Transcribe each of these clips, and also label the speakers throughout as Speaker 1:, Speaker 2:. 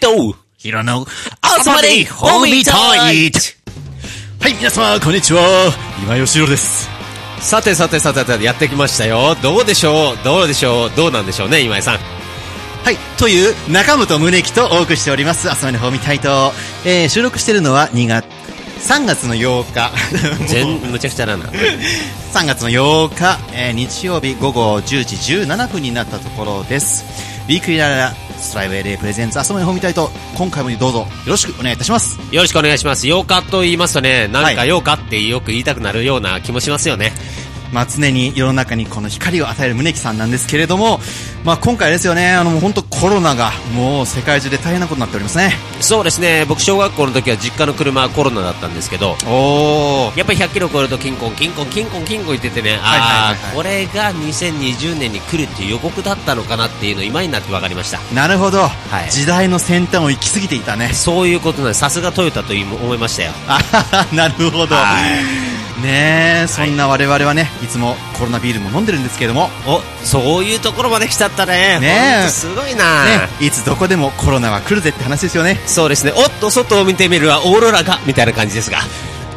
Speaker 1: と、ヒロの朝までホーミータイト
Speaker 2: はい、皆様、こんにちは。今吉郎です。
Speaker 3: さてさてさてさてやってきましたよどうでしょうどうでしょうどうなんでしょうね今井さん
Speaker 2: はい、という、中本宗樹とお送りしております。朝までホーミータイト。えー、収録してるのは2月、3月の8日。
Speaker 3: 全むちゃくちゃ だな
Speaker 2: 3月の8日、えー日曜日午後10時17分になったところです。ウィークリーラララ、ストライブエレイプレゼンツ、朝までホーミータイト。今回もどうぞよろしくお願いいたします。
Speaker 3: よろしくお願いします8日と言いますとねなんか
Speaker 2: はい
Speaker 3: 8日ってよく言いたくなるような気もしますよね、
Speaker 2: まあ、常に世の中にこの光を与える宗木さんなんですけれども、まあ、今回ですよね、あの、もう本当コロナがもう世界中で大変なことになっておりますね。
Speaker 3: そうですね僕小学校の時は実家の車はコロナだったんですけど
Speaker 2: おー。
Speaker 3: やっぱり100キロ超えるとキンコンキンコンキンコンキンコン言っててね、
Speaker 2: はいはいはい
Speaker 3: ああこれが2020年に来るっていう予告だったのかなっていうの今になって分かりました
Speaker 2: なるほど、
Speaker 3: い
Speaker 2: 時代の先端を行き過ぎていたね。
Speaker 3: そういうことなんですさすがトヨタと思いましたよ
Speaker 2: あははなるほど。
Speaker 3: は
Speaker 2: ねえ、そんな我々はね、いつもコロナビールも飲んでるんですけれども、
Speaker 3: おそういうところまで来ちゃったね
Speaker 2: ねえ
Speaker 3: ほんとすごいな、
Speaker 2: ね、いつどこでもコロナは来るぜって話ですよね。
Speaker 3: そうですねおっと外を見てみるはオーロラがみたいな感じですが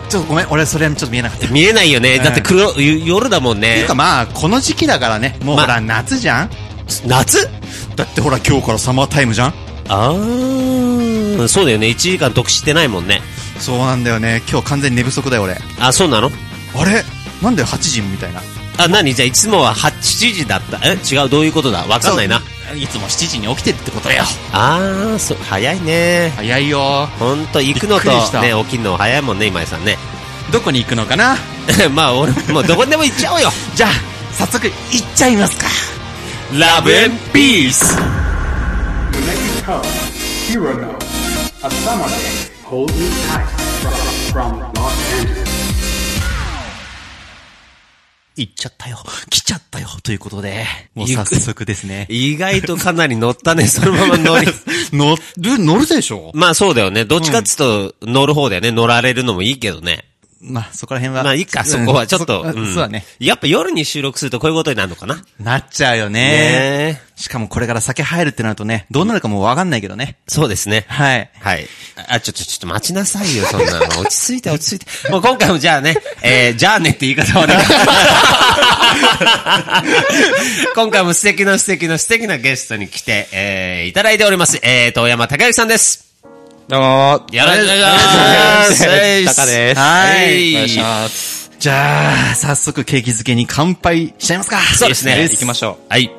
Speaker 2: ちょっとごめん、俺それはちょっと見えなかった。っ
Speaker 3: 見えないよね、
Speaker 2: うん
Speaker 3: だって黒ゆ夜だもん
Speaker 2: てい
Speaker 3: ね
Speaker 2: うかまあ、この時期だからね、もう
Speaker 3: ま
Speaker 2: ほら夏じゃん、
Speaker 3: 夏
Speaker 2: だってほら今日からサマータイムじゃん
Speaker 3: ああそうだよね1時間得してないもんね
Speaker 2: そうなんだよね、今日完全に寝不足だよ俺。
Speaker 3: あそうなの
Speaker 2: あれなんだよ8時みたいな。
Speaker 3: あ何じゃあいつもは8時だったえ違うどういうことだわかんないな
Speaker 2: そう。いつも7時に起きてるってことだよ。
Speaker 3: ああそう早いね
Speaker 2: 早いよ。
Speaker 3: 本当行くの
Speaker 2: びっくりし
Speaker 3: と
Speaker 2: た
Speaker 3: ね起きるの早いもんね今井さんね
Speaker 2: どこに行くのかな
Speaker 3: まあ俺もうどこにでも行っちゃおうよ
Speaker 2: じゃあ、早速行っちゃいますか。
Speaker 3: ラブピース
Speaker 4: Connected Home, Hero No, a summer day, hold me tight from, from Los Angeles.
Speaker 2: 行っちゃったよ。来ちゃったよ。ということで、もう
Speaker 3: 行
Speaker 2: 早
Speaker 3: く
Speaker 2: 速ですね。
Speaker 3: 意外とかなり乗ったね そのまま乗り
Speaker 2: 乗る、乗るでしょ
Speaker 3: まあそうだよねどっちかっつうと乗る方だよね乗られるのもいいけどね
Speaker 2: まあ、そこら辺は。
Speaker 3: まあいいか、そこはちょっと。
Speaker 2: うんそ
Speaker 3: ん
Speaker 2: そうだね。。
Speaker 3: やっぱ夜に収録するとこういうことになるのかな
Speaker 2: なっちゃうよね。
Speaker 3: ねえ。
Speaker 2: しかもこれから酒入るってなるとね、どうなるかもうわかんないけどね。
Speaker 3: そうですね。
Speaker 2: はい。
Speaker 3: はい。あ、ちょ、ちょ、ちょっと待ちなさいよ、そんなの。落ち着 いて、落ち着いて。もう今回もじゃあね、えー、じゃあねって言い方はね。 今回も素敵な素敵な素敵なゲストに来て、えー、いただいております。えー、遠山隆之さんです。
Speaker 5: どうも
Speaker 3: よろしくお願いします。
Speaker 5: タカです
Speaker 3: はい。
Speaker 5: お願いします。
Speaker 2: じゃあ、早速ケーキ漬けに乾杯しちゃいますか。
Speaker 3: そうですね。
Speaker 5: 行きましょう。
Speaker 3: はい。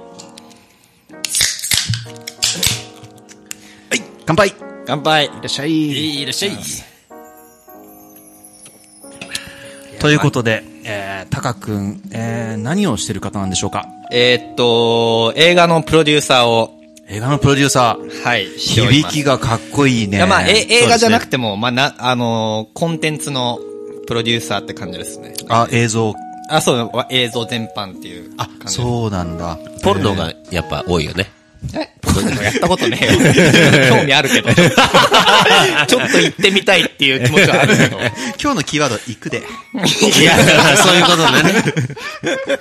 Speaker 2: 乾杯
Speaker 5: 乾杯。いらっしゃい。
Speaker 3: いらっしゃい。
Speaker 2: ということで、えー、タカ君、えー、何をしてる方なんでしょうか
Speaker 5: えーっと、映画のプロデューサーを、
Speaker 2: 映画のプロデューサー。
Speaker 5: はい、してお
Speaker 2: 響
Speaker 5: ります。
Speaker 2: きがかっこいいね。
Speaker 5: いや、まあ、え、映画じゃなく
Speaker 2: て。
Speaker 5: ても、まあ、な、あのー、コンテンツのプロデューサーって感じですね。
Speaker 2: あ、映像。
Speaker 5: あ、そう、わ映像全般っていう
Speaker 2: あ
Speaker 5: 感、じ。う。
Speaker 2: そうなんだ。
Speaker 3: ポルノがやっぱ多いよね。
Speaker 5: え、やったことねえ よ。興味あるけど。ちょっとちょっと行ってみたいっていう気持ちはあるけど。
Speaker 2: 今日のキーワード、行くで。
Speaker 3: いや、そういうことだね。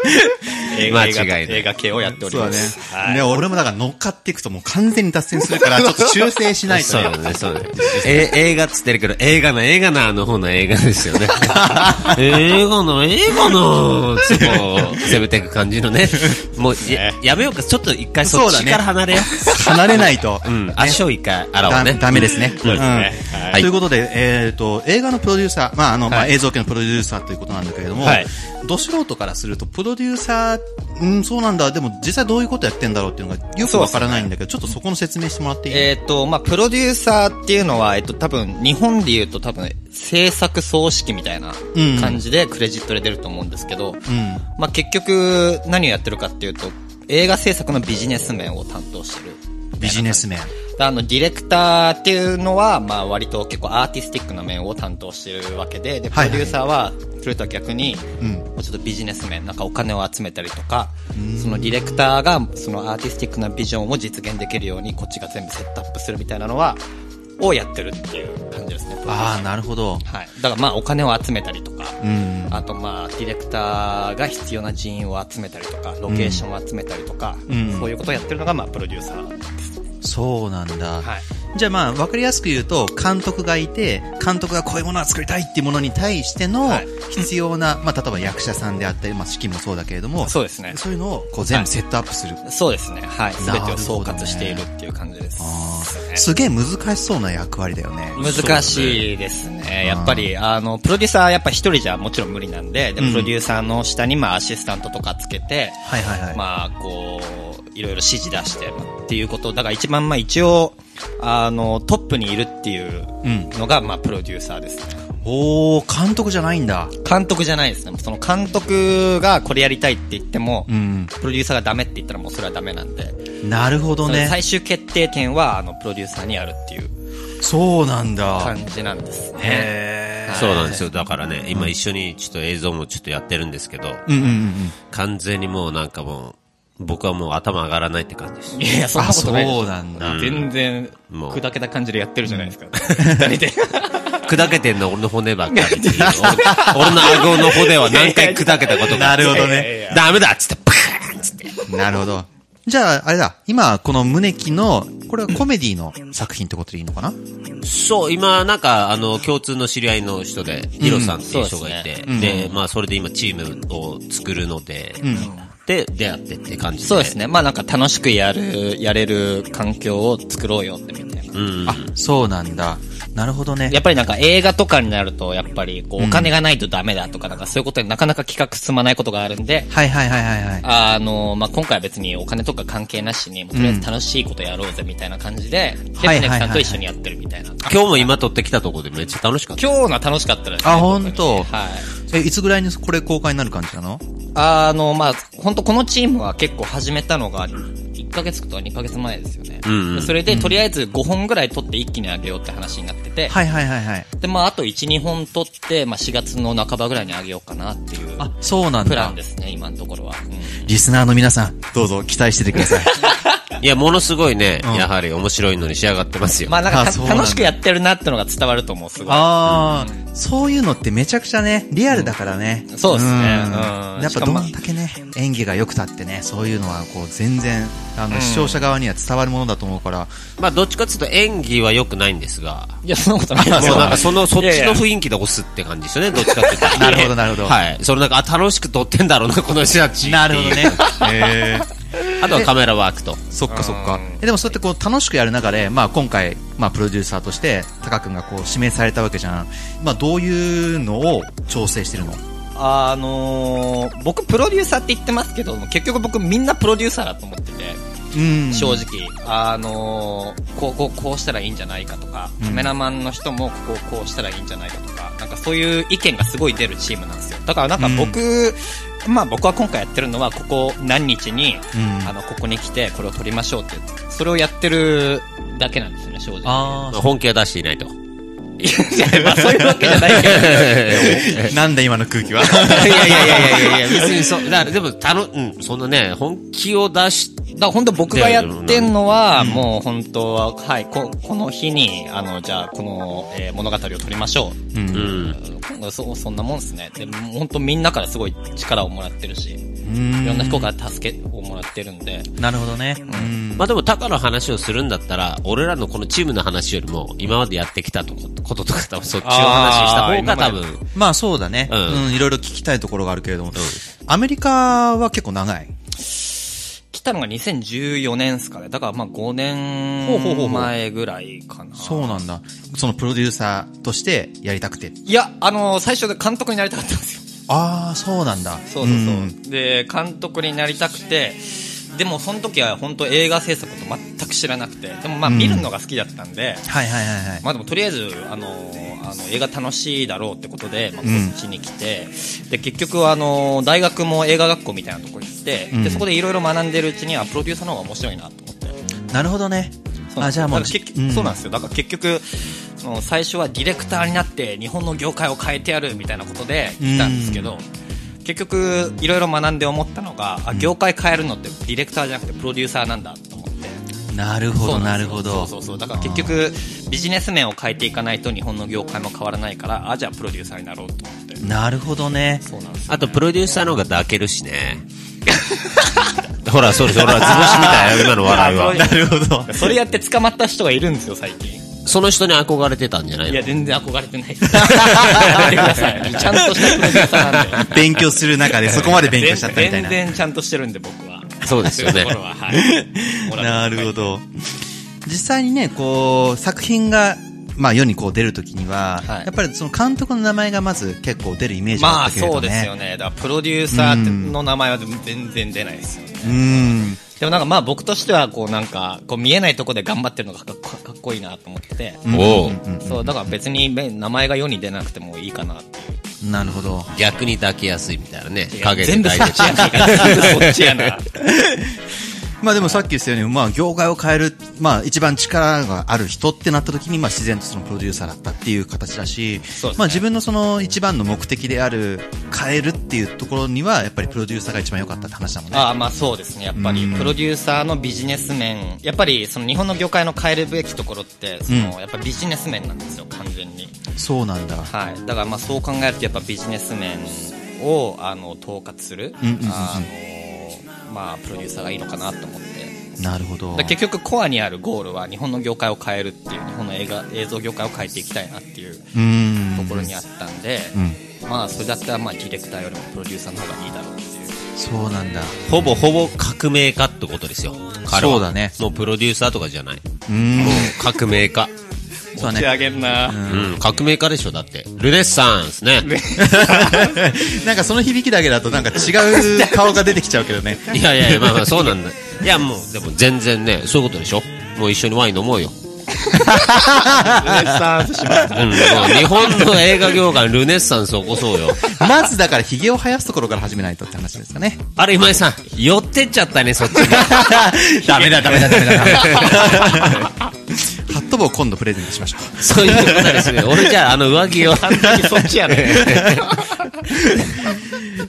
Speaker 5: 映
Speaker 3: 間
Speaker 5: 画
Speaker 3: 違いない
Speaker 5: 映画系をやっており
Speaker 2: そうだ
Speaker 5: ま
Speaker 2: ね
Speaker 5: す。。
Speaker 2: ね、俺もだから乗っかっていくともう完全に脱線する から、ちょっと修正しないと
Speaker 3: そう
Speaker 2: ね。
Speaker 3: だね、そうだね。え、映画っつってるけど、映画な、映画な、の方の映画ですよね。 映画な、映画な、つってこう、攻めていく感じのね。もう、ややめようか、ちょっと一回そっ
Speaker 2: そうだ
Speaker 3: ち
Speaker 2: ね
Speaker 3: から離れよ
Speaker 2: 離れないと。
Speaker 3: う。うん、足を一回洗お
Speaker 2: だ
Speaker 3: うね。
Speaker 2: ダメですね。
Speaker 3: そうですね
Speaker 2: うん
Speaker 3: はい
Speaker 2: ということで、えっ、と、映画のプロデューサー、まあ、あの、まあ、映像系のプロデューサーということなんだけれども、
Speaker 5: はい
Speaker 2: ど素人からすると、プロデューサー、うん、そうなんだ、でも実際どういうことやってんだろうっていうのがよくわからないんだけど、ちょっとそこの説明してもらっていい、
Speaker 5: えっ、と、まあ、プロデューサーっていうのは、えっと、多分、日本で言うと多分、制作総指揮みたいな
Speaker 2: うん
Speaker 5: 感じでクレジットで出ると思うんですけど、
Speaker 2: うん。
Speaker 5: まあ、結局、何をやってるかっていうと、映画制作のビジネス面を担当してる。
Speaker 2: ビジネス面。
Speaker 5: であの、ディレクターっていうのは、まあ、割と結構アーティスティックな面を担当してるわけで、で、プロ
Speaker 2: はいはい
Speaker 5: デューサーは、それとは逆に、
Speaker 2: うん
Speaker 5: もうちょっとビジネス面、なんかお金を集めたりとか、そのディレクターが、そのアーティスティックなビジョンを実現できるように、こっちが全部セットアップするみたいなのは、をやってるっていう感じですね。
Speaker 2: ああ、なるほど。
Speaker 5: はい。だからまあ、お金を集めたりとか、
Speaker 2: うん。
Speaker 5: あとまあ、ディレクターが必要な人員を集めたりとか、ロケーションを集めたりとか、
Speaker 2: うん
Speaker 5: そういうことをやってるのがまあ、プロデューサー。
Speaker 2: そうなんだ。
Speaker 5: はい。
Speaker 2: じゃあまあ、わかりやすく言うと、監督がいて、監督がこういうものは作りたいっていうものに対しての
Speaker 5: はい
Speaker 2: 必要な、まあ、例えば役者さんであったり、まあ、指揮もそうだけれども、
Speaker 5: そうですね
Speaker 2: そういうのをこう全
Speaker 5: は
Speaker 2: 部
Speaker 5: い
Speaker 2: セットアップする。
Speaker 5: そうですね。はい。す
Speaker 2: なる
Speaker 5: べ
Speaker 2: ほ
Speaker 5: て
Speaker 2: ど
Speaker 5: を
Speaker 2: ね
Speaker 5: 総括しているっていう感じです。
Speaker 2: あーすげえ難しそうな役割だよね。
Speaker 5: 難しいですね。やっぱり、あの、プロデューサーやっぱ一人じゃもちろん無理なんで、で、
Speaker 2: うん
Speaker 5: プロデューサーの下にまあアシスタントとかつけて、
Speaker 2: はいはいはい。
Speaker 5: まあ、こう、いろいろ指示出してっていうこと、だから一番まあ一応、あの、トップにいるっていう
Speaker 2: うん
Speaker 5: のが、まあ、プロデューサーですね。
Speaker 2: おー、監督じゃないんだ。
Speaker 5: 監督じゃないですね。その監督がこれやりたいって言っても、
Speaker 2: うん。
Speaker 5: プロデューサーがダメって言ったらもうそれはダメなんで、
Speaker 2: なるほどね。
Speaker 5: 最終決定権は、あの、プロデューサーにあるっていう
Speaker 2: そうなんだ。
Speaker 5: 感じなんですね。
Speaker 2: へ
Speaker 3: そうなんですよ。だからね、今一緒にちょっと映像もちょっとやってるんですけど、
Speaker 2: ー。うんうんうん
Speaker 3: 完全にもうなんかもう、僕はもう頭上がらないって感じです。
Speaker 5: いやいや、そんなことないです
Speaker 2: あそうなんだ
Speaker 5: 全然、
Speaker 3: もう
Speaker 5: 砕けた感じでやってるじゃないですか。二人で。
Speaker 3: 砕けてんの俺の骨ばっかり。俺俺の顎の骨は何回砕けたことか。
Speaker 2: なるほどね
Speaker 3: いやいやいや。 ダメだっつって、パーンっつって。
Speaker 2: うん。なるほど。じゃあ、あれだ。今、この胸木の、これはコメディの作品ってことでいいのかな
Speaker 3: そう、今、なんか、あの、共通の知り合いの人で、ヒロさんっていう人がいて、
Speaker 2: ん
Speaker 3: で、まあ、それで今、チームを作るので、で、出会ってって感じで。
Speaker 5: そうです。ね。まあなんか楽しくやる、やれる環境を作ろうよってみたいな。
Speaker 3: うん。
Speaker 2: あ、そうなんだ。なるほどね。
Speaker 5: やっぱりなんか映画とかになると、やっぱりこうお金がないとダメだとか、なんかそういうことでなかなか企画進まないことがあるんで、
Speaker 2: はいはいはいはいはい。
Speaker 5: あの、まあ、今回は別にお金とか関係なしに、もうとりあえず楽しいことやろうぜみたいな感じで、で、
Speaker 2: はい
Speaker 5: 船木
Speaker 2: はいは
Speaker 5: さ
Speaker 2: い
Speaker 5: んと一緒にやってるみたいな。
Speaker 3: 今日も今撮ってきたところでめっちゃ楽しかった。
Speaker 5: 今日のは楽しかったですね。
Speaker 2: あほんと
Speaker 5: 特にはい。
Speaker 2: え、いつぐらいにこれ公開になる感じなの
Speaker 5: あの、まあ、本当このチームは結構始めたのが、1ヶ月とか2ヶ月前ですよね。
Speaker 3: んうん
Speaker 5: それで、とりあえず5本ぐらい取って一気に上げようって話になってて、
Speaker 2: はいはいはいはい。
Speaker 5: で、まあ、あと1、2本取って、まあ、4月の半ばぐらいに上げようかなっていう、
Speaker 2: あ、そうなん
Speaker 5: プラ
Speaker 2: だ
Speaker 5: ン。ですね、今のところは。うん
Speaker 2: リスナーの皆さん、どうぞ期待しててください。
Speaker 3: いや、ものすごいね、
Speaker 2: うん
Speaker 3: やはり面白いのに仕上がってますよ。
Speaker 5: まあ、なんか
Speaker 2: あそうなんだ
Speaker 5: た楽しくやってるなってのが伝わると思う、すごい。
Speaker 2: ああ、そういうのってめちゃくちゃね、リアルだからね。
Speaker 5: んそうですね
Speaker 2: ん
Speaker 5: うん
Speaker 2: やっ
Speaker 5: し
Speaker 2: ぱ
Speaker 5: か
Speaker 2: ど
Speaker 5: も
Speaker 2: んだけね、演技が良くたってね、そういうのはこう全然、あの、視聴者側には伝わるものだと思うから、
Speaker 3: まあ、どっちかっていうと演技は良くないんですが、
Speaker 5: いや、そんなことない
Speaker 3: も
Speaker 5: です
Speaker 3: う
Speaker 5: よ。
Speaker 3: なんかその、そっ
Speaker 5: い
Speaker 3: ち
Speaker 5: やい
Speaker 3: の
Speaker 5: や
Speaker 3: 雰囲気で押すって感じで すよね、どっちかっていうと。
Speaker 2: なるほどなるほど
Speaker 3: はい。そのなんか、あ、楽しく撮ってんだろうな、この人たち。
Speaker 2: なるほどね。 え
Speaker 3: あとはカメラワークと。
Speaker 2: そっかそっか。えでもそうやってこう楽しくやる中で、まあ今回、まあプロデューサーとして、タカ君がこう指名されたわけじゃん。まあどういうのを調整してるの
Speaker 5: あのー僕プロデューサーって言ってますけど、結局僕みんなプロデューサーだと思ってて、
Speaker 2: うん
Speaker 5: 正直。あのーこう、こう、こうしたらいいんじゃないかとか、カメラマンの人もここ、こうしたらいいんじゃないかとか、なんかそういう意見がすごい出るチームなんですよ。だからなんか僕、まあ僕は今回やってるのは、ここ何日に、
Speaker 2: うん
Speaker 5: あの、ここに来てこれを撮りましょうって、それをやってるだけなんですよね、正直。
Speaker 2: あ
Speaker 3: 本気は出していないと。
Speaker 5: いや、まあそういうわけじゃ ないけど。
Speaker 2: あ。なんだ今の空気 は。
Speaker 3: いやいやいやいやいや、別に そう、だからでも、たの、うん、そんなね、本気を出し、
Speaker 5: だから本当僕がやってんのは、もう本当は、はい、ここの日に、あの、じゃあこの、えー物語を撮りましょう。
Speaker 3: うん。
Speaker 5: うん、そそんなもんですね。で、もう本当みんなからすごい力をもらってるし、
Speaker 2: うん
Speaker 5: いろんな人から助けをもらってるんで、
Speaker 2: なるほどね。うん。
Speaker 3: まあでも、タカの話をするんだったら、俺らのこのチームの話よりも、今までやってきたとここととか、多分そっちの話した方が多分、
Speaker 2: まあそうだね。う
Speaker 3: うん
Speaker 2: ん、いろいろ聞きたいところがあるけれども。アメリカは結構長い。
Speaker 5: 来たのが2014年ですかね。だからまあ5
Speaker 2: ほうほうほうほう
Speaker 5: 年前ぐらいかな。
Speaker 2: そうなんだ。そのプロデューサーとしてやりたくて。
Speaker 5: いや、あの、最初で監督になりたかったんですよ。
Speaker 2: ああ、そうなんだ。
Speaker 5: そうそうそう、
Speaker 2: ん
Speaker 5: で監督になりたくてでもその時は本当映画制作と全く知らなくてでもまあ
Speaker 2: うん
Speaker 5: 見るのが好きだったんで、
Speaker 2: はいはいはいはい。
Speaker 5: まあでもとりあえずあのあの映画楽しいだろうってことで、まあ、こ
Speaker 2: ん
Speaker 5: っちに来て、で結局あの大学も映画学校みたいなとこ行って、
Speaker 2: うん
Speaker 5: でそこでいろいろ学んでるうちにあプロデューサーの方が面白いなと思って
Speaker 2: なるほどね。
Speaker 5: そうなん
Speaker 2: あ、
Speaker 5: です
Speaker 2: じゃあもう、
Speaker 5: だから結
Speaker 2: う
Speaker 5: 局
Speaker 2: ん
Speaker 5: そうなんですよだから結局その最初はディレクターになって日本の業界を変えてやるみたいなことで来たんですけど、結局いろいろ学んで思ったのが、あ業界変えるのってディレクターじゃなくてプロデューサーなんだと思って
Speaker 2: なるほ
Speaker 5: そ
Speaker 2: ど、
Speaker 5: う
Speaker 2: なん
Speaker 5: で
Speaker 2: る
Speaker 5: すよ
Speaker 2: ほど。
Speaker 5: そうそうそうだから結局ビジネス面を変えていかないと日本の業界も変わらないからあじゃあプロデューサーになろうと思って
Speaker 2: なるほどね。
Speaker 5: そうなんですよ
Speaker 3: あとプロデューサーの方が抱けるしね。 ほら、そうです。ほら、図星みたいな、今の笑い
Speaker 5: あそういう
Speaker 3: は。
Speaker 2: なるほど。
Speaker 5: それやって捕まった人がいるんですよ、最近。
Speaker 3: その人に憧れてたんじゃない
Speaker 5: い
Speaker 3: の
Speaker 5: や、全然憧れてないです。 やめてください。 ちゃんとしたプロデューサーなんで。
Speaker 2: 勉強する中でそこまで勉強しちゃったみたい
Speaker 5: 全
Speaker 2: な。
Speaker 5: 然ちゃんとしてるんで、僕は。
Speaker 3: そうですよ ね
Speaker 5: そういうところは、 はい。
Speaker 2: なるほど。実際にね、こう、作品が、まあ世にこう出るときには、
Speaker 5: はい
Speaker 2: やっぱりその監督の名前がまず結構出るイメージが
Speaker 5: ま
Speaker 2: あ
Speaker 5: あ
Speaker 2: ったけれどね。
Speaker 5: そうですよね。だからプロデューサーの名前は全然出ないですよね。
Speaker 2: うん。
Speaker 5: でもなんかまあ僕としてはこうなんか、こう見えないとこで頑張ってるのがかっこかっこいいなと思ってて。
Speaker 3: おお。
Speaker 5: そう、だから別にめ名前が世に出なくてもいいかなっていう。
Speaker 2: なるほど。
Speaker 3: 逆に抱きやすいみたいなね。
Speaker 5: いや
Speaker 3: 影で
Speaker 5: 全部
Speaker 3: 抱い
Speaker 5: そってちやな。全部 そっちやな。
Speaker 2: まあでもさっき言ったように、まあ業界を変える、まあ一番力がある人ってなった時に、まあ自然とそのプロデューサーだったっていう形だし、
Speaker 5: そうですね
Speaker 2: まあ自分のその一番の目的である変えるっていうところには、やっぱりプロデューサーが一番良かったって話だもんね。
Speaker 5: ああまあそうですねやっぱり
Speaker 2: うん
Speaker 5: プロデューサーのビジネス面やっぱりその日本の業界の変えるべきところってそ
Speaker 2: うん
Speaker 5: の、やっぱビジネス面なんですよ完全に
Speaker 2: そうなんだ。
Speaker 5: はいだからまあそう考えるとやっぱビジネス面をあの統括する、
Speaker 2: うんうんうんうん
Speaker 5: あのまあプロデューサーがいいのかなと思って
Speaker 2: なるほど。
Speaker 5: だ結局コアにあるゴールは日本の業界を変えるっていう日本の映画映像業界を変えていきたいなっていうと
Speaker 2: うん。
Speaker 5: ころにあったんで、まあそれだったらまあディレクターよりもプロデューサーの方がいいだろうっていう
Speaker 2: そうなんだ。
Speaker 3: ほぼほぼ革命家ってことですよ。彼は
Speaker 2: そうだね
Speaker 3: もうプロデューサーとかじゃない。
Speaker 2: うん
Speaker 3: もう。革命家。
Speaker 2: そう
Speaker 5: 持
Speaker 2: だね。
Speaker 5: ち上げんな、
Speaker 3: うん、革命家でしょ、だって。ルネッサンスね。
Speaker 2: なんかその響きだけだとなんか違う顔が出てきちゃうけどね。
Speaker 3: いやいやいや、まあまあそうなんだ。いやもう、でも全然ね、そういうことでしょ。もう一緒にワイン飲もうよ。うん、もう日本の映画業界のルネッサンスを起こそうよ。
Speaker 2: まずだから髭を生やすところから始めないとって話ですかね。
Speaker 3: あれ、今井さん、寄ってっちゃったね、そっちに。
Speaker 2: ダメだダメだダメだダメだ。ハット帽を今度プレゼントしましょう。
Speaker 3: そういうことですね。俺じゃあ、あの上着を。そっちやね。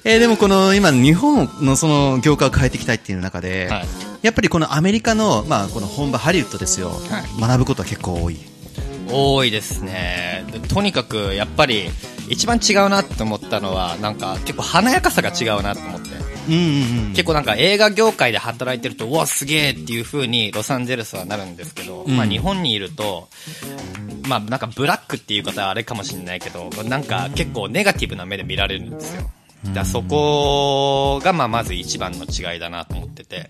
Speaker 2: えーでもこの今日本のその業界を変えていきたいっていう中で、
Speaker 5: はい
Speaker 2: やっぱりこのアメリカの、まあこの本場ハリウッドですよ。学ぶことは結構多い。
Speaker 5: 多いですねでとにかくやっぱり一番違うなって思ったのはなんか結構華やかさが違うなと思って
Speaker 2: うんうんうん。
Speaker 5: 結構なんか映画業界で働いてるとうわすげえっていう風にロサンゼルスはなるんですけど、まあ日本にいるとまあなんかブラックっていう方はあれかもしれないけどなんか結構ネガティブな目で見られるんですよだからそこがまあまず一番の違いだなと思ってて、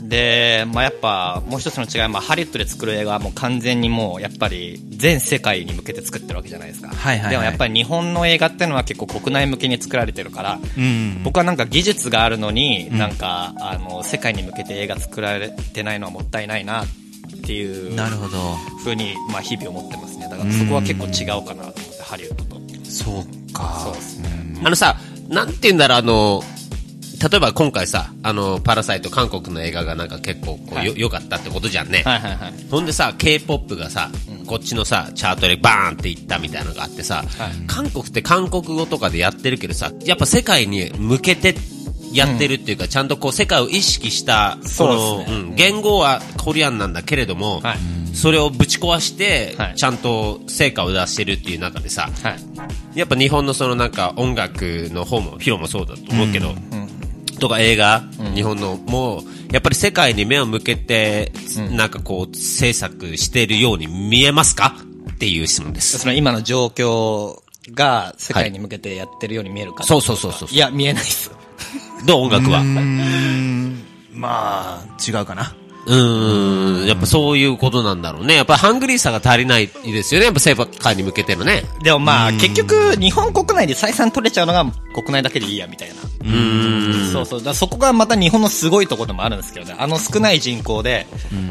Speaker 5: で、まあ、やっぱもう一つの違いは、まあ、ハリウッドで作る映画はもう完全にもうやっぱり全世界に向けて作ってるわけじゃないですか、
Speaker 2: はいはいはい
Speaker 5: でもやっぱり日本の映画ってのは結構国内向けに作られてるから、僕はなんか技術があるのに、なんかあの世界に向けて映画作られてないのはもったいないなっていう
Speaker 2: なるほど。
Speaker 5: ふうに、まあ、日々思ってますねだからそこは結構違うかなと思ってハリウッドと
Speaker 2: そうか。
Speaker 5: そうですね
Speaker 3: あのさ、なんて言うんだろう、あの、例えば今回さ、あの、パラサイト韓国の映画がなんか結構こう、
Speaker 5: はい
Speaker 3: よ、良かったってことじゃんね。
Speaker 5: はいはいはい
Speaker 3: ほんでさ、K-POP がさ、こっちのさ、チャートでバーンっていったみたいなのがあってさ、韓国って韓国語とかでやってるけどさ、やっぱ世界に向けてやってるっていうか、ちゃんとこう世界を意識した、
Speaker 5: そう
Speaker 3: こ
Speaker 5: です
Speaker 3: の
Speaker 5: ね
Speaker 3: ん言語はコリアンなんだけれども、
Speaker 5: はい
Speaker 3: それをぶち壊して、
Speaker 5: はい
Speaker 3: ちゃんと成果を出してるっていう中でさ、
Speaker 5: はい
Speaker 3: やっぱ日本のそのなんか音楽の方も、ヒロもそうだと思うけど、とか映画、日本のもう、やっぱり世界に目を向けて、なんかこう、制作しているように見えますかっていう質問です。
Speaker 5: その今の状況が世界に向けてやってるように見えるか、
Speaker 3: そうそうそうそう。
Speaker 5: いや見えないです
Speaker 3: どう音楽は
Speaker 2: うーん。まあ、違うかな。
Speaker 3: うーん、やっぱそういうことなんだろうね。やっぱハングリーさが足りないですよね。やっぱ世界に向けてのね。
Speaker 5: でもまあ、結局、日本国内で採算取れちゃうのが国内だけでいいや、みたいな。そうそう。だからそこがまた日本のすごいところでもあるんですけどね。あの少ない人口で、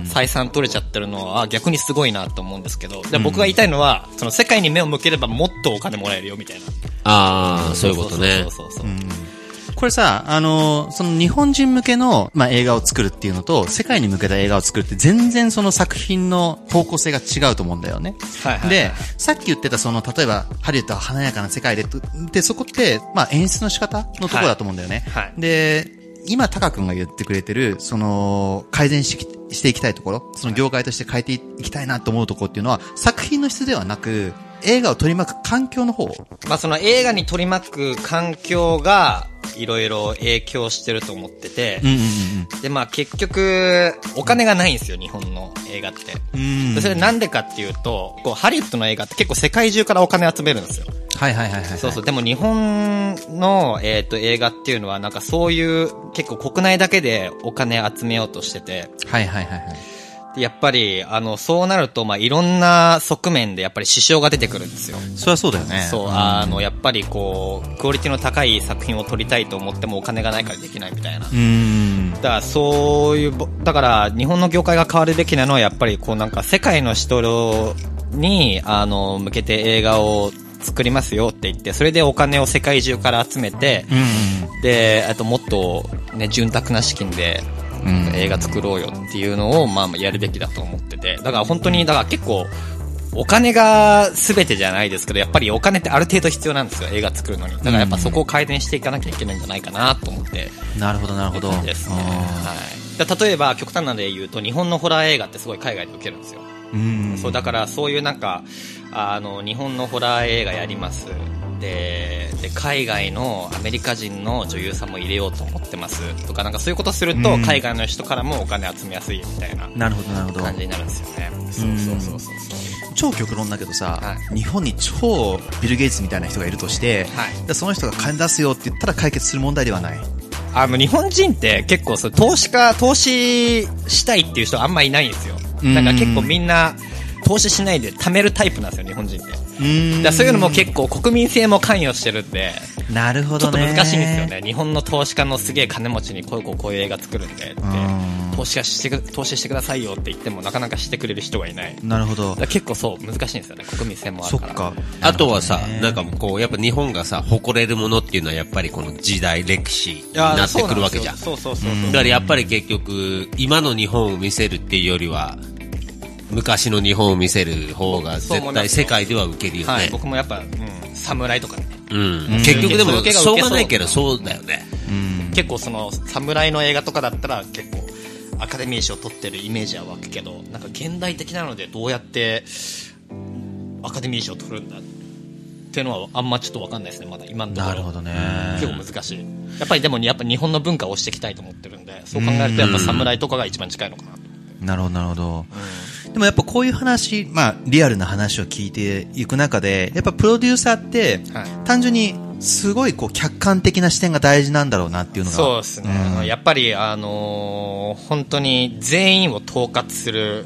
Speaker 5: 採算取れちゃってるのは、逆にすごいなと思うんですけど。で僕が言いたいのは、その世界に目を向ければもっとお金もらえるよ、みたいな。
Speaker 3: ああ、そういうことね
Speaker 5: そう。そうそうそう。
Speaker 2: これさ、あのーその日本人向けの、まあ、映画を作るっていうのと、世界に向けた映画を作るって全然その作品の方向性が違うと思うんだよね。
Speaker 5: はいはい
Speaker 2: で、さっき言ってたその、例えば、ハリウッドは華やかな世界でと、で、そこって、まあ、演出の仕方のところだと思うんだよね。
Speaker 5: はいはい
Speaker 2: で、今、タカ君が言ってくれてる、その、改善してきしていきたいところ、その業界として変えていきたいなと思うところっていうのは、作品の質ではなく、映画を取り巻く環境の方
Speaker 5: まあその映画に取り巻く環境が、いろいろ影響してると思ってて、
Speaker 2: うんうん
Speaker 5: で、まあ結局、お金がないんですよ、日本の映画って。
Speaker 2: うんうん。
Speaker 5: でそれなんでかっていうと、こう、ハリウッドの映画って結構世界中からお金集めるんですよ。
Speaker 2: はいはいはいはい。
Speaker 5: そうそう。でも日本の、えっ、と、映画っていうのは、なんかそういう、結構国内だけでお金集めようとしてて、
Speaker 2: はいはいはいはい。
Speaker 5: でやっぱり、あの、そうなると、まあ、いろんな側面でやっぱり支障が出てくるんですよ。
Speaker 2: そりゃそうだよね。
Speaker 5: そう、あの、やっぱりこう、クオリティの高い作品を撮りたいと思ってもお金がないからできないみたいな。
Speaker 2: うーん。
Speaker 5: だからそういうぼ、だから日本の業界が変わるべきなのはやっぱりこうなんか世界の人に、あの、向けて映画を作りますよって言って、それでお金を世界中から集めて、で、あともっとね、潤沢な資金で、
Speaker 2: うん
Speaker 5: 映画作ろうよっていうのを、まあまあやるべきだと思ってて。だから本当に、だから結構、お金が全てじゃないですけど、やっぱりお金ってある程度必要なんですよ、映画作るのに。だからやっぱそこを改善していかなきゃいけないんじゃないかなと思って。
Speaker 2: なるほどなるほど。
Speaker 5: ですね。
Speaker 2: あ
Speaker 5: はい。だ例えば、極端なので言うと、日本のホラー映画ってすごい海外で受けるんですよ。
Speaker 2: ーうん。
Speaker 5: そう、だからそういうなんか、あの、日本のホラー映画やります。で、で、海外のアメリカ人の女優さんも入れようと思ってます。とか、なんかそういうことすると、
Speaker 2: うん
Speaker 5: 海外の人からもお金集めやすいみたいな
Speaker 2: なるほどなるほど。
Speaker 5: 感じになるんですよね。そうそうそうそうそう。
Speaker 2: 超極論だけどさ、
Speaker 5: は
Speaker 2: 日本に超ビル・ゲイツみたいな人がいるとして、
Speaker 5: はい
Speaker 2: でその人が金出すよって言ったら解決する問題ではない。
Speaker 5: あの、日本人って結構そう、投資家、投資したいっていう人あんまいないんですよ。
Speaker 2: うん
Speaker 5: なんか結構みんな、投資しないで貯めるタイプなんですよ、日本人って。だからそういうのも結構国民性も関与してるんで、
Speaker 2: なるほ
Speaker 5: ち
Speaker 2: ど
Speaker 5: ょっと
Speaker 2: ね。
Speaker 5: 難しいんですよ。ね。日本の投資家のすげえ金持ちにこういうこうこういう映画作るんでって
Speaker 2: ん、
Speaker 5: 投資家してく、投資してくださいよって言ってもなかなかしてくれる人がいない。だか
Speaker 2: なるほど。
Speaker 5: ら結構そう、難しいんですよね。国民性もあ
Speaker 2: そ
Speaker 5: る
Speaker 2: っ
Speaker 5: から。
Speaker 2: か。
Speaker 3: あとはさ、なんかこう、やっぱ日本がさ、誇れるものっていうのはやっぱりこの時代、歴史に
Speaker 5: いやー
Speaker 3: なってくるわけじゃん。
Speaker 5: そうなんですよそうそうそう
Speaker 3: だからやっぱり結局、今の日本を見せるっていうよりは、昔の日本を見せる方が
Speaker 5: そう
Speaker 3: 絶
Speaker 5: 思いま
Speaker 3: 対
Speaker 5: す
Speaker 3: 世界では受けるよね。
Speaker 5: はい。僕もやっぱ、うん、侍とかね。
Speaker 3: うん。結局でも
Speaker 5: そう、受けが
Speaker 3: しょうがないけどそうだよね。
Speaker 5: 結構その、侍の映画とかだったら結構、アカデミー賞取ってるイメージは湧くけど、なんか現代的なのでどうやって、アカデミー賞取るんだっていうのはあんまちょっとわかんないですね、まだ今のところ。
Speaker 2: なるほどね
Speaker 5: 結構難しい。やっぱりでも、やっぱ日本の文化を推していきたいと思ってるんで、そう考えるとやっぱ侍とかが一番近いのかなと。
Speaker 2: なるほど、なるほど。でもやっぱこういう話、まあ、リアルな話を聞いていく中で、やっぱプロデューサーって、
Speaker 5: はい
Speaker 2: 単純にすごいこう客観的な視点が大事なんだろうなっていうのが。
Speaker 5: そうですね。やっぱり、あのー本当に全員を統括する、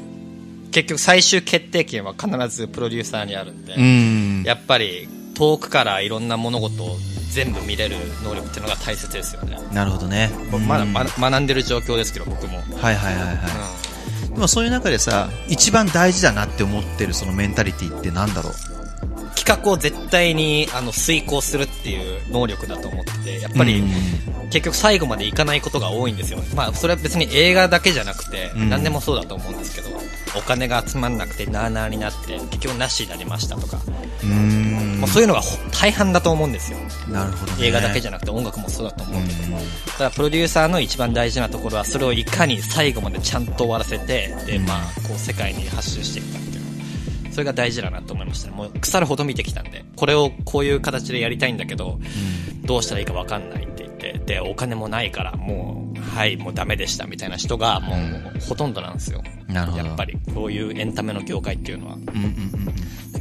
Speaker 5: 結局最終決定権は必ずプロデューサーにあるんで、
Speaker 2: うん。
Speaker 5: やっぱり遠くからいろんな物事を全部見れる能力っていうのが大切ですよね。
Speaker 2: なるほどね。
Speaker 5: 僕まだ、ま学んでる状況ですけど、僕も。
Speaker 2: はいはいはいはい。でもそういう中でさ、一番大事だなって思ってるそのメンタリティってなんだろう
Speaker 5: 企画を絶対にあの遂行するっていう能力だと思ってて、やっぱり、結局最後までいかないことが多いんですよ。まあ、それは別に映画だけじゃなくて、
Speaker 2: ん
Speaker 5: 何でもそうだと思うんですけど、お金が集まんなくて、なあなあになって、結局なしになりましたとか、もうそういうのがほ大半だと思うんですよ。
Speaker 2: なるほどね。
Speaker 5: 映画だけじゃなくて音楽もそうだと思うけど、ただからプロデューサーの一番大事なところはそれをいかに最後までちゃんと終わらせてで、まあ、こう世界に発信していくかっていうのそれが大事だなと思いましたねもう腐るほど見てきたんでこれをこういう形でやりたいんだけど、どうしたらいいか分かんないって言ってでお金もないからもうはいもうダメでしたみたいな人がもう,、ほとんどなんですよ
Speaker 2: なるほど
Speaker 5: やっぱりこういうエンタメの業界っていうのは
Speaker 2: うんうんうん。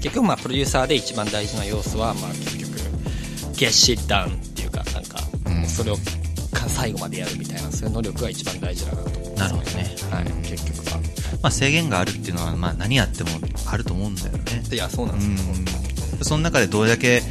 Speaker 5: 結局まあプロデューサーで一番大事な要素はまあ結局ゲッシッダンっていうかなんかもうそれをか最後までやるみたいなそういう能力が一番大事だなと思います
Speaker 2: なるほどね
Speaker 5: はい結局は
Speaker 2: まあ制限があるっていうのは、まあ何やってもあると思うんだよね。
Speaker 5: いやそうなんですよ、本当に
Speaker 2: その中でどれだけデ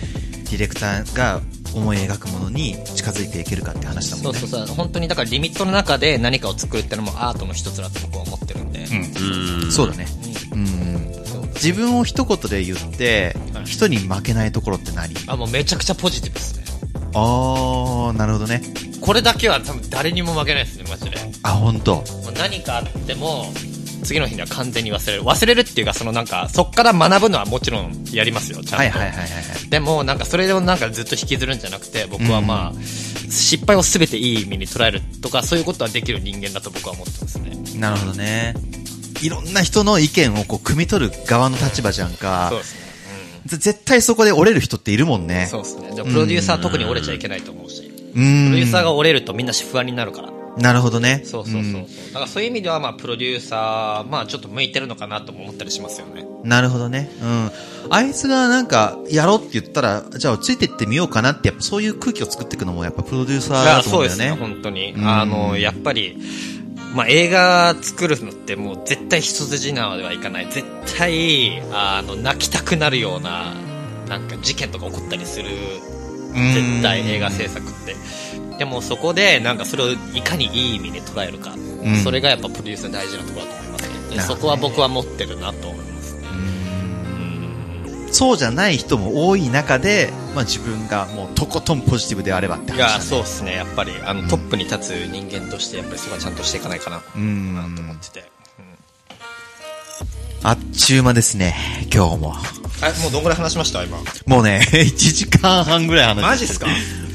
Speaker 2: ィレクターが思い描くものに近づいていけるかって話だも
Speaker 5: そ
Speaker 2: ん
Speaker 5: う
Speaker 2: ね
Speaker 5: そうそう本当にだからリミットの中で何かを作るってのもアートの一つだと僕は思ってるんで、
Speaker 3: うん。
Speaker 2: そうだねうん
Speaker 5: そう
Speaker 2: 自分を一言で言って
Speaker 5: はい
Speaker 2: 人に負けないところって何
Speaker 5: あもうめちゃくちゃポジティブですね
Speaker 2: ああなるほどね
Speaker 5: これだけは多分誰にも負けないですねマジで
Speaker 2: あ本当
Speaker 5: もう何かあっても次の日には完全に忘れる忘れるっていうかそのなんかそっから学ぶのはもちろんやりますよちゃんと、
Speaker 2: はいはいはいはいはい
Speaker 5: でもなんかそれをなんかずっと引きずるんじゃなくて僕はまあ、失敗を全ていい意味に捉えるとかそういうことはできる人間だと僕は思ってますね
Speaker 2: なるほどねいろんな人の意見をこう汲み取る側の立場じゃんか
Speaker 5: そうですね
Speaker 2: ぜ絶対そこで折れる人っているもんね
Speaker 5: そうですねでもプロデューサーは特に折れちゃいけないと思うし
Speaker 2: うー
Speaker 5: プロデュー
Speaker 2: ん。
Speaker 5: サーが折れるとみんな不安になるから。
Speaker 2: なるほどね。
Speaker 5: そうそうそうそう。だからそういう意味では、まあ、プロデューサー、まあ、ちょっと向いてるのかなとも思ったりしますよね。
Speaker 2: なるほどね。うん。あいつがなんか、やろうって言ったら、じゃあついてってみようかなって、やっぱそういう空気を作っていくのも、やっぱプロデューサー
Speaker 5: いや
Speaker 2: だと思
Speaker 5: そううんで
Speaker 2: だよ
Speaker 5: すね、
Speaker 2: ね。
Speaker 5: 本当に。
Speaker 2: ん
Speaker 5: あの、やっぱり、まあ、映画作るのってもう絶対一筋縄ではいかない。絶対、あの、泣きたくなるような、なんか事件とか起こったりする。絶対映画制作って。でもそこで、なんかそれをいかにいい意味で捉えるか。
Speaker 2: うん
Speaker 5: それがやっぱプロデュースの大事なところだと思いますね。で
Speaker 2: なるほど
Speaker 5: そ
Speaker 2: ね
Speaker 5: こは僕は持ってるなと思いますね。
Speaker 2: そうじゃない人も多い中で、まあ自分がもうとことんポジティブであればって
Speaker 5: い
Speaker 2: 話
Speaker 5: や、
Speaker 2: だね。
Speaker 5: そうですね。やっぱり、あの、トップに立つ人間として、やっぱりそこはちゃんとしていかないかな、
Speaker 2: う
Speaker 5: なと
Speaker 2: ん
Speaker 5: 思っ。てて。
Speaker 2: あっちゅう間ですね、今日も。
Speaker 5: え、もうどんぐらい話しました今。
Speaker 2: もうね、1時 間半ぐらい話してる
Speaker 5: マジっすか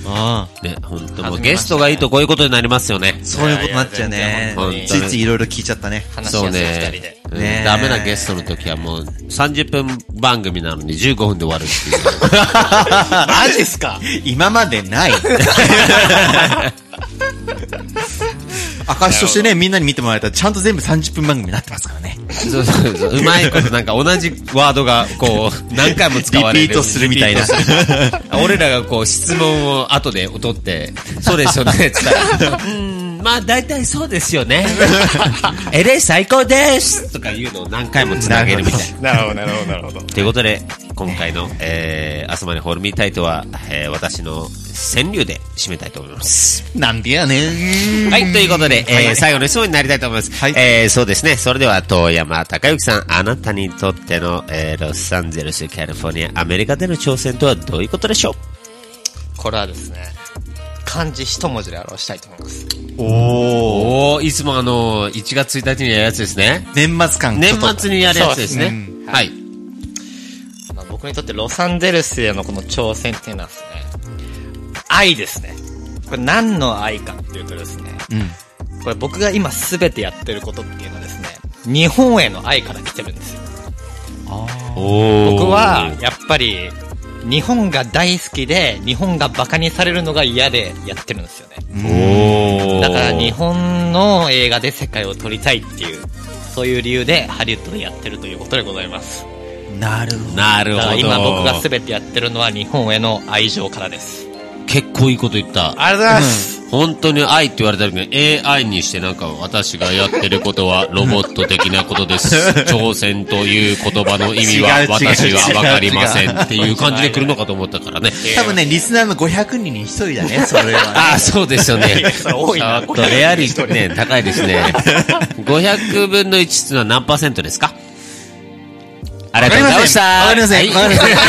Speaker 2: ああ。
Speaker 3: ね、本当もうゲストがいいとこういうことになりますよね。
Speaker 2: そういうことになっちゃうね
Speaker 3: いやいや全然本当。に
Speaker 2: ついついいろいろ聞いちゃったね。
Speaker 5: 話し
Speaker 3: そう
Speaker 5: やすい二
Speaker 3: ね
Speaker 5: 人で。。
Speaker 3: うん
Speaker 2: ねえ
Speaker 3: ダメなゲストの時はもう30分番組なのに15分で終わるっていう。
Speaker 2: マジっすか今までない。証しとしてね、みんなに見てもらえたら、ちゃんと全部30分番組になってますからね。
Speaker 3: そうそうそう。うまいことなんか同じワードがこう何回も使われる。
Speaker 2: リピートするみたいな
Speaker 3: リピートする。 俺らがこう質問を後で取って、そうですよねって言ったら、うーん、まあ大体そうですよね。 エレ最高ですとかいうのを何回も繋げるみ たいな。
Speaker 5: なるほど、なるほど、なるほど。
Speaker 3: ということで、今回の、えー、朝までホールミータイトは、えー、私の川柳で締めたいと思います。
Speaker 2: なんでやねん。
Speaker 3: はい、ということで、えー、最後の質問になりたいと思います。
Speaker 2: はい
Speaker 3: えー、そうですね。それでは、遠山隆之さん、あなたにとっての、えー、ロサンゼルス、カリフォルニア、アメリカでの挑戦とはどういうことでしょう
Speaker 5: これはですね、漢字一文字で表したいと思います。
Speaker 2: おー。
Speaker 3: おいつもあの、1月1日にやるやつですね。
Speaker 2: 年末感。
Speaker 3: 年末にやるやつです
Speaker 2: そう
Speaker 3: ね。はい。
Speaker 5: まあ、僕にとってロサンゼルスへのこの挑戦っていうのはですね、愛ですね。これ何の愛かっていうとですね、これ僕が今すべてやってることっていうのはですね、日本への愛から来てるんですよ。
Speaker 3: お
Speaker 5: 僕は、やっぱり、日本が大好きで、日本がバカにされるのが嫌でやってるんですよね。
Speaker 3: お
Speaker 5: だから日本の映画で世界を撮りたいっていう、そういう理由でハリウッドでやってるということでございます。
Speaker 2: なるほど。
Speaker 3: なる
Speaker 5: だ
Speaker 3: ほ
Speaker 5: から
Speaker 3: ど。
Speaker 5: 今僕が全てやってるのは日本への愛情からです。
Speaker 3: 結構いいこと言った。
Speaker 5: ありがとうございます。
Speaker 3: 本当に愛って言われた時に AI にしてなんか私がやってることはロボット的なこ とです。挑戦という言葉の意味
Speaker 2: 違う違
Speaker 3: は
Speaker 2: う
Speaker 3: 私はわかりませ
Speaker 2: 違
Speaker 3: んっていう感じで来るのかと思ったからね。
Speaker 2: 多分ね、リスナーの500人に1人だ ね、それは。
Speaker 3: ああ、そうで すよね。
Speaker 5: それ多いな
Speaker 3: あーっとレアリティね、高いですね。500分の1っていうのは何パーセントですかありがとうございました。
Speaker 2: わかりませんわかりません
Speaker 3: は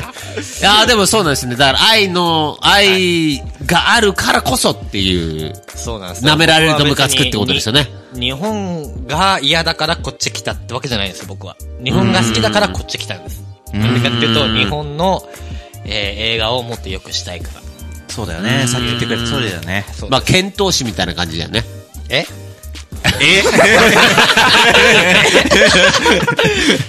Speaker 3: い いやーでもそうなんですね。だから愛の、愛があるからこそっていう。
Speaker 5: そうなんです
Speaker 3: 舐められるとムカつくってことですよね。
Speaker 5: に日本が嫌だからこっち来たってわけじゃないんですよ、僕は。日本が好きだからこっち来たんです。なんでかっていうと、日本の、えー映画をもっと良くしたいから。
Speaker 2: そうだよね。さっき言ってくれた通りだよね。
Speaker 5: そう
Speaker 3: まあ、検討士みたいな感じだよね。
Speaker 5: え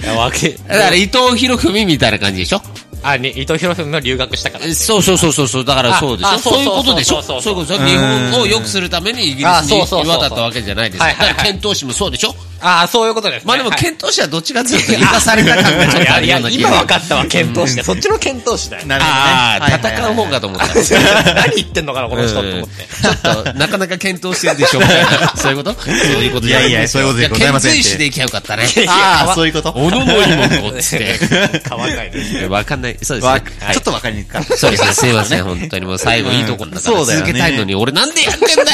Speaker 5: えわ け、
Speaker 3: だから伊藤博文みたいな感じでしょ
Speaker 5: あ、に伊藤博文が留学したから。
Speaker 3: そうそうそうそうそう、だからそうでしょ
Speaker 5: あそう
Speaker 3: そういう
Speaker 5: そうそう
Speaker 3: ことでしょ
Speaker 5: そ
Speaker 3: そうう
Speaker 5: そ
Speaker 3: いううこ
Speaker 5: う
Speaker 3: とでしょ日本を良くするためにイギリス
Speaker 5: あ
Speaker 3: に
Speaker 5: そうそうそうそう
Speaker 3: 渡ったわけじゃないですか。
Speaker 5: はい
Speaker 3: だ
Speaker 5: はいはい
Speaker 3: から検討士もそうでしょ
Speaker 5: ああ、そういうことですね、
Speaker 3: まあでも
Speaker 5: はい
Speaker 3: 検討士はどっちかっていうと生かされた感がちょっとあるよ
Speaker 5: いや
Speaker 3: う
Speaker 5: いや、
Speaker 3: な気
Speaker 5: 今
Speaker 3: が
Speaker 5: 分か ったわ、検討士で。そっちの検討士だよ。
Speaker 2: なるほどね。
Speaker 3: あ
Speaker 2: はい
Speaker 3: あ、
Speaker 2: はいはい
Speaker 3: 戦う方かと思った。ちょ
Speaker 5: 何言ってんのかな、この人と思っ。
Speaker 3: ってと、なかなか検討してるでしょみたいなそういうことそういうことじゃない
Speaker 2: いやいやそういうことでございませんって
Speaker 3: 検討士で行きゃよかったね。
Speaker 2: ああ、そういうこと。
Speaker 3: おのの いもこっつって。
Speaker 5: 変わんないです。
Speaker 3: わかんない。そうです
Speaker 2: わ
Speaker 3: ね
Speaker 2: ち。ょっとわかりにくかった。
Speaker 3: そうですね、すいません、本当にもう最後いいところだから、
Speaker 2: そうだよね
Speaker 3: 続けたいのに、俺なんでやってんだよ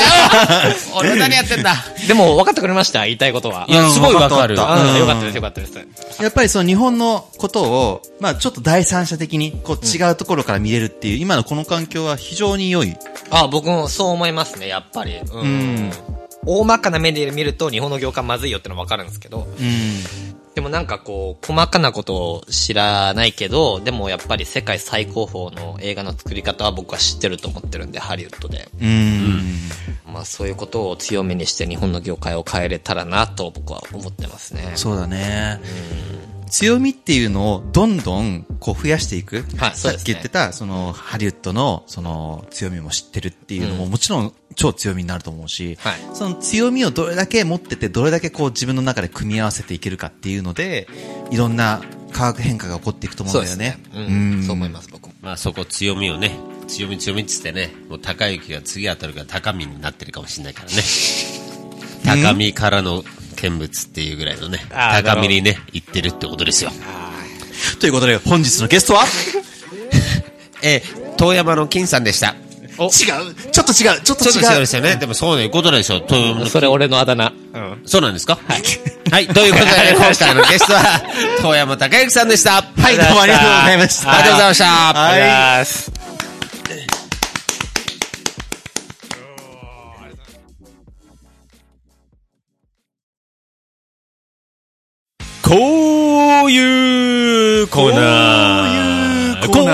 Speaker 3: 俺は何やってんだ
Speaker 5: でも、分かってくれました言いたいことは。
Speaker 3: いや、すごいわかる。
Speaker 2: わかったわ
Speaker 5: うんよかったです、よかったです。
Speaker 2: やっぱりその日本のことを、まあちょっと第三者的にこう違うところから見れるっていう、今のこの環境は非常に良い。
Speaker 5: あ、僕もそう思いますね、やっぱり。うん。大まかな目で見ると、日本の業界まずいよってのはわかるんですけど、
Speaker 2: うん。
Speaker 5: でもなんかこう、細かなことを知らないけど、でもやっぱり世界最高峰の映画の作り方は僕は知ってると思ってるんで、ハリウッドで。
Speaker 2: うん。
Speaker 5: まあそういうことを強みにして日本の業界を変えれたらなと僕は思ってますね。
Speaker 2: そうだね。強みっていうのをどんどんこう増やしていく。
Speaker 5: はい
Speaker 2: さ
Speaker 5: そう
Speaker 2: っ
Speaker 5: です
Speaker 2: き
Speaker 5: ね
Speaker 2: 言ってた、そのハリウッドのその強みも知ってるっていうのももちろん超強みになると思うし、
Speaker 5: はい
Speaker 2: その強みをどれだけ持ってて、どれだけこう自分の中で組み合わせていけるかっていうので、いろんな化学変化が起こっていくと思うんだよね。
Speaker 5: そうです
Speaker 2: ん
Speaker 5: うん。そう思います、僕も。
Speaker 3: まあそこ強みをね、強み強みっつってね、もう高雪が次当たるから高みになってるかもしれないからね。高みからの見物っていうぐらいのね、
Speaker 5: あー
Speaker 3: 高みにね、行ってるってことですよ。
Speaker 2: ということで本日のゲストは
Speaker 3: えー、遠山の金さんでした。
Speaker 2: 違うちょっと違うちょっと
Speaker 3: ちょっと違う
Speaker 2: 違
Speaker 3: で
Speaker 2: う
Speaker 3: すよね。でもそういうことでしょう。遠山の
Speaker 5: それ俺のあだ名。
Speaker 3: そうなんですかはい。はい、ということで、今回のゲストは、遠山孝之さんでした。はい
Speaker 2: どうもありがとうございました
Speaker 3: ありがとうございました。
Speaker 2: はい
Speaker 3: はい。こういうコーナー。
Speaker 2: こういうコーナー
Speaker 3: こ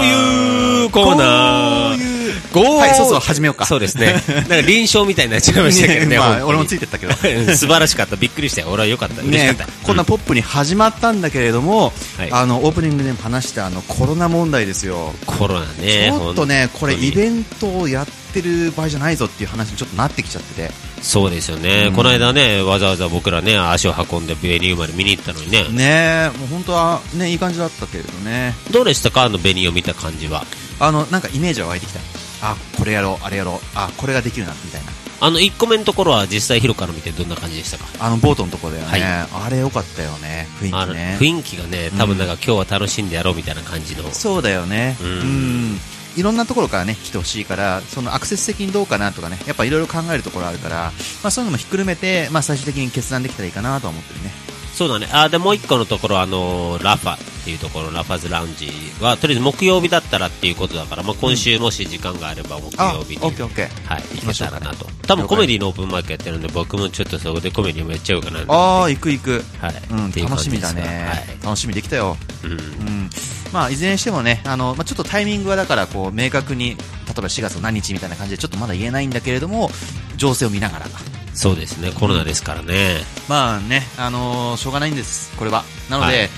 Speaker 3: ういうコーナー。こ
Speaker 2: はいそうそう始めようか
Speaker 3: そうですね。なんか臨床みたいになっ ちゃいましたけどね。
Speaker 2: まあ俺も
Speaker 3: つい
Speaker 2: ついてったけど
Speaker 3: 素晴らしかった。びっくりしたよ。俺は良かった。嬉しか
Speaker 2: ね
Speaker 3: った。
Speaker 2: こんなポップに始まったんだけれども、
Speaker 3: はい
Speaker 2: あのオープニングでも話したあのコロナ問題ですよ、
Speaker 3: コロナ
Speaker 2: ち
Speaker 3: ね。
Speaker 2: ょっとね、こ
Speaker 3: 本当
Speaker 2: れ
Speaker 3: に
Speaker 2: イベントをやってる場合じゃないぞっていう話にちょっとなってきちゃってて、
Speaker 3: そうですよね。この間ね、わざわざ僕らね、足を運んでベニウまで見に行ったのにね。
Speaker 2: ねもう本当はねいい感じだったけれどね、
Speaker 3: どうでしたかあのベニを見た感じは。
Speaker 2: あのなんかイメージは湧いてきた、あこれやろう、あれやろう、あこれができるなみたいな、
Speaker 3: あの1個目のところは実際広から見てどんな感じでしたか
Speaker 2: あのボートのとこだよね、
Speaker 3: はい
Speaker 2: あれ良かったよね、雰
Speaker 3: あ
Speaker 2: 囲
Speaker 3: の
Speaker 2: 気ね。
Speaker 3: 雰囲気がね、多分なんか今日は楽しんでやろうみたいな感じの。
Speaker 2: そうだよね、う
Speaker 3: うんん
Speaker 2: いろんなところからね来てほしいからそのアクセス的にどうかなとかねやっぱいろいろ考えるところあるから、まあ、そういうのもひっくるめて、まあ、最終的に決断できたらいいかなとは思ってるね
Speaker 3: そうだね。あ、で、もう一個のところ、あのーラファっていうところ、ラファズラウンジは、とりあえず木曜日だったらっていうことだから、まあ、今週もし時間があれば木
Speaker 2: あ
Speaker 3: 曜日に。
Speaker 2: オッケーオッケー
Speaker 3: はい、
Speaker 2: き
Speaker 3: 行
Speaker 2: ま
Speaker 3: け
Speaker 2: しょう
Speaker 3: た
Speaker 2: からね
Speaker 3: なと。多分コメディのオープンマークやってるんで、僕もちょっとそこでコメディもやっちゃおうかななんて。
Speaker 2: ああ行く行く、
Speaker 3: はい
Speaker 2: うん、
Speaker 3: っていう感
Speaker 2: 楽し
Speaker 3: じ
Speaker 2: み
Speaker 3: で
Speaker 2: だ
Speaker 3: す
Speaker 2: ね
Speaker 3: が、
Speaker 2: 楽しみできたよ、
Speaker 3: うん。
Speaker 2: うんまあ、いずれにしてもねあの、まあ、ちょっとタイミングはだからこう明確に例えば4月の何日みたいな感じでちょっとまだ言えないんだけれども情勢を見ながら
Speaker 3: そうですね、コロナですからね。
Speaker 2: まあね、あのーしょうがないんです、これは。なので、
Speaker 3: はい
Speaker 2: と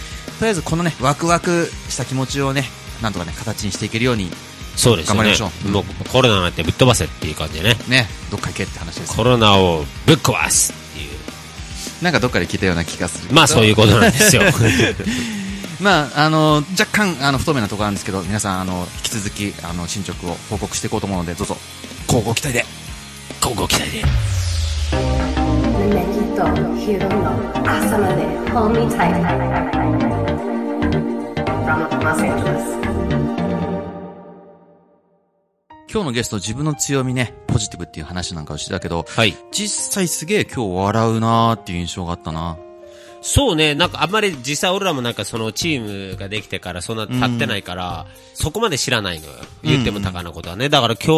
Speaker 2: りあえずこのね、ワクワクした気持ちをね、なんとかね、形にしていけるように、
Speaker 3: そうですよね。
Speaker 2: 頑張りましょう
Speaker 3: もうコロナなんてぶっ飛ばせっていう感じでね。
Speaker 2: ね、どっか行けって話です。
Speaker 3: コロナをぶっ壊すっていう。
Speaker 2: なんかどっかで聞いたような気がする。
Speaker 3: まあそういうことなんです よ。
Speaker 2: まあ、あのー若干、あの、不透明なところなんですけど、皆さん、あの、引き続き、あの、進捗を報告していこうと思うので、どうぞ、ご期待で。
Speaker 3: 今後期待で。
Speaker 6: 夢きと昼の朝までホーミータイム from Los Angeles
Speaker 2: 今日のゲスト、自分の強みね、ポジティブっていう話なんかをしてたけど、
Speaker 3: はい。
Speaker 2: 実際すげえ今日笑うなーっていう印象があったな。
Speaker 3: そうね、なんかあんまり実際俺らもなんかそのチームができてからそんな経ってないから、そこまで知らないのよ。言っても高なことはね。だから今日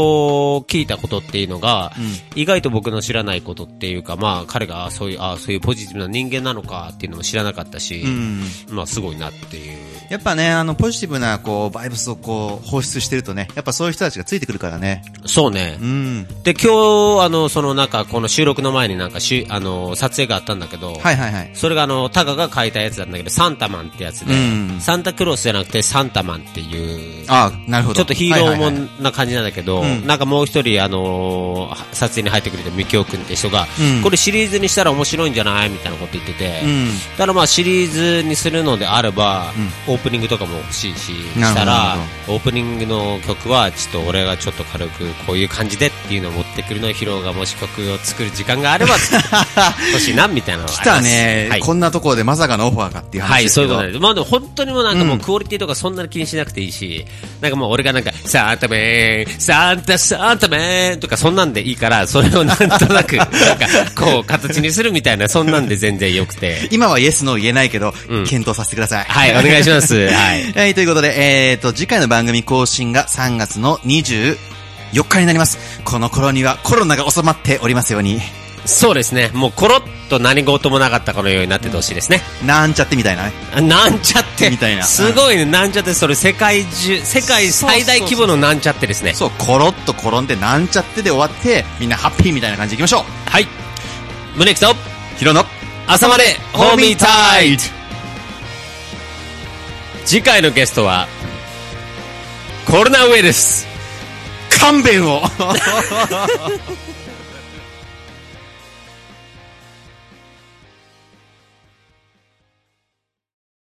Speaker 3: 聞いたことっていうのが、意外と僕の知らないことっていうか、まあ彼があそういう、あそういうポジティブな人間なのかっていうのも知らなかったし、まあすごいなっていう。
Speaker 2: やっぱね、あの、ポジティブな、こう、バイブスをこう、放出してるとね、やっぱそういう人たちがついてくるからね。
Speaker 3: そうね。
Speaker 2: うん。
Speaker 3: で、今日、あの、そのなんか、この収録の前になんかしゅ、あの、撮影があったんだけど、
Speaker 2: はいはいはい。
Speaker 3: それがあの、タカが書いたやつなんだけど、サンタマンってやつで、
Speaker 2: うん
Speaker 3: サンタクロースじゃなくてサンタマンっていう、
Speaker 2: ああ、なるほど。
Speaker 3: ちょっとヒーローもんな感じなんだけど、
Speaker 2: うん
Speaker 3: なんかもう一人、あのー撮影に入ってくれたみきおくんって人が、
Speaker 2: うん
Speaker 3: これシリーズにしたら面白いんじゃないみたいなこと言ってて、
Speaker 2: うん
Speaker 3: だからまあシリーズにするのであれば、オープニングとかも欲しいし、
Speaker 2: なるほど
Speaker 3: し
Speaker 2: な
Speaker 3: たら
Speaker 2: る、
Speaker 3: オープニングの曲は、ちょっと俺がちょっと軽くこういう感じでっていうのを持ってくるのをヒロがもし曲を作る時間があれば、 欲しいな、みたいなのがあ
Speaker 2: 来
Speaker 3: りま
Speaker 2: た
Speaker 3: す
Speaker 2: ね、
Speaker 3: はい
Speaker 2: こんなところでまさかのオファーかっていう
Speaker 3: は
Speaker 2: 話
Speaker 3: い、
Speaker 2: です
Speaker 3: そう
Speaker 2: けど。
Speaker 3: いうことなんです。まあでも本当にもうなんかも
Speaker 2: うん
Speaker 3: うクオリティとかそんなに気にしなくていいし、なんかもう俺がなんか、サンタメン、サンタ、サンタメンとかそんなんでいいから、それをなんと なく、なんかこう形にするみたいな、そんなんで全然良くて。
Speaker 2: 今はイエスの言えないけど、
Speaker 3: うん
Speaker 2: 検討させてください。
Speaker 3: はい、お願い します。はい。
Speaker 2: はい、ということで、えーと、次回の番組更新が3月の24日になります。この頃にはコロナが収まっておりますように、
Speaker 3: そうですね。もうコロッと何事もなかったかのようになっててほしいですね。
Speaker 2: なんちゃってみたいなね。
Speaker 3: あなんちゃって。
Speaker 2: みたいな
Speaker 3: すごいね、なんちゃって、それ世界中、世界最大規模のなんちゃってですね。
Speaker 2: そう、コロッと転んでなんちゃってで終わって、みんなハッピーみたいな感じでいきましょ
Speaker 3: はい。胸キと、
Speaker 2: う。ヒロの
Speaker 3: 朝まで、ホーミータイト次回のゲストは、コロナウイルス。
Speaker 2: 勘弁を